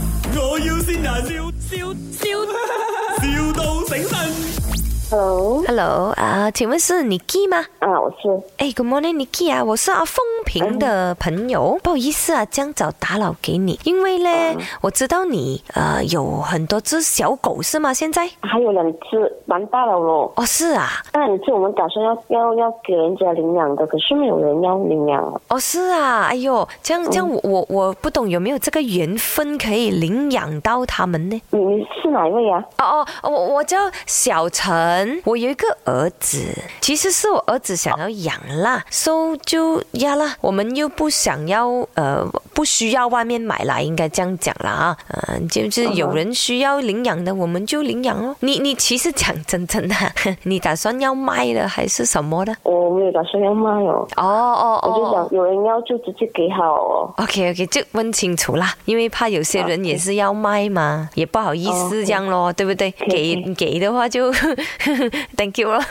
要先人，笑笑笑，,笑到醒神。 Hello， Hello，啊、请问是 Niki 吗？啊，我是哎，Good morning，Niki 啊，我是阿风平的朋友，不好意思啊，这样早打扰给你，因为嘞，我知道你呃有很多只小狗是吗？现在？还有两只，蛮大了咯。哦，是啊，那两只我们打算要要要给人家领养的，可是没有人要领养。哦，是啊，哎呦，这样这样我，我我不懂有没有这个缘分可以领养到他们呢？你你是哪一位啊呀、哦哦，我我叫小陈，我有一个儿子，其实是我儿子想要养啦，so 就呀啦，我们又不想要呃，不需要外面买啦，应该这样讲啦啊，呃，就是有人需要领养的，我们就领养哦。你你其实讲真真的， 你打算要卖的还是什么的？我没有打算要卖哦，哦哦哦，我就想有人要就直接给好哦。 OK OK，就问清楚啦，因为怕有些人也是要卖嘛，也不好意思 OK 这样咯，对不对？给给的话就 Thank you 咯。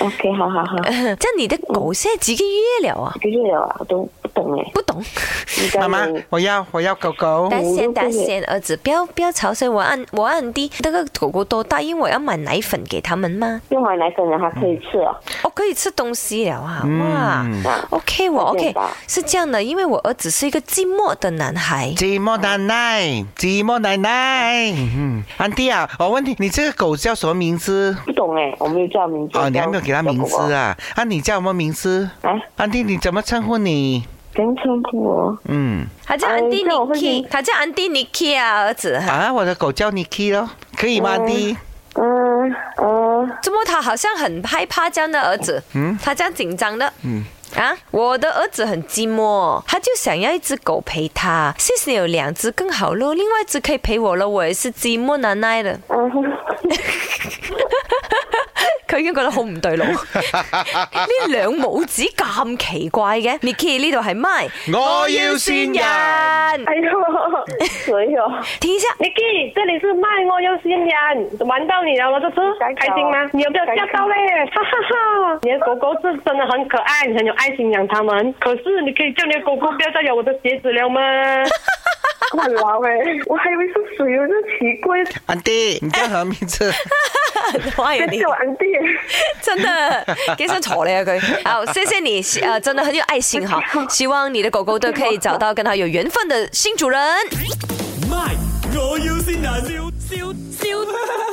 OK，好好好，这样你的狗现在几个月了啊？几个月了啊，我都不懂哎。不懂，应该妈妈没，我要哦我要狗狗。打五六先个打月先，儿子不要不要吵醒我按我按的那个狗狗多大？因为我要买奶粉给他们嘛。要买奶粉了还可以吃哦。哦，可以吃东西了啊！哇嗯，啊 OK，我再 OK 见吧是这样的，因为我儿子是一个寂寞的男孩。寂寞奶奶，寂寞奶奶。嗯，安迪啊，我问你，你这个狗叫什么名字？不懂哎，我没有叫名字。哦，你还没有给它名字啊？啊？啊，你叫什么名字？啊，安迪，你怎么称呼你？真称呼我。嗯，他叫哎安迪这我会 Niki，听他叫安迪 Niki 啊，儿子。啊，我的狗叫 Niki 咯，可以吗，安迪？嗯嗯，怎么他好像很害怕这样的儿子？嗯，他这样紧张的。嗯。啊，我的儿子很寂寞，他就想要一只狗陪他。谢谢有两只更好咯，另外一只可以陪我了，我也是寂寞难耐的。 嗯佢已經覺得好唔對 路，呢兩母子咁奇怪嘅。Niki 呢度係咪？我要先人。哎呦， 所以哦，停一下， Niki，这里是卖我要新人，玩到你了，我这次感谢开心吗哦？你有没有吓到嘞？哈哈哈！你的狗狗是真的很可爱，你很有爱心养它们。可是你可以叫你的狗狗不要再咬我的鞋子了吗？我老哎，我还以为是水，我就奇怪，安迪，你叫什么名字？哇！你安迪。 真的几想吵你啊佢。 好，谢谢你，呃，真的很有愛心 哈。希望你的狗狗都可以找到跟它有緣分的新主人。 My，我要先人，笑笑笑。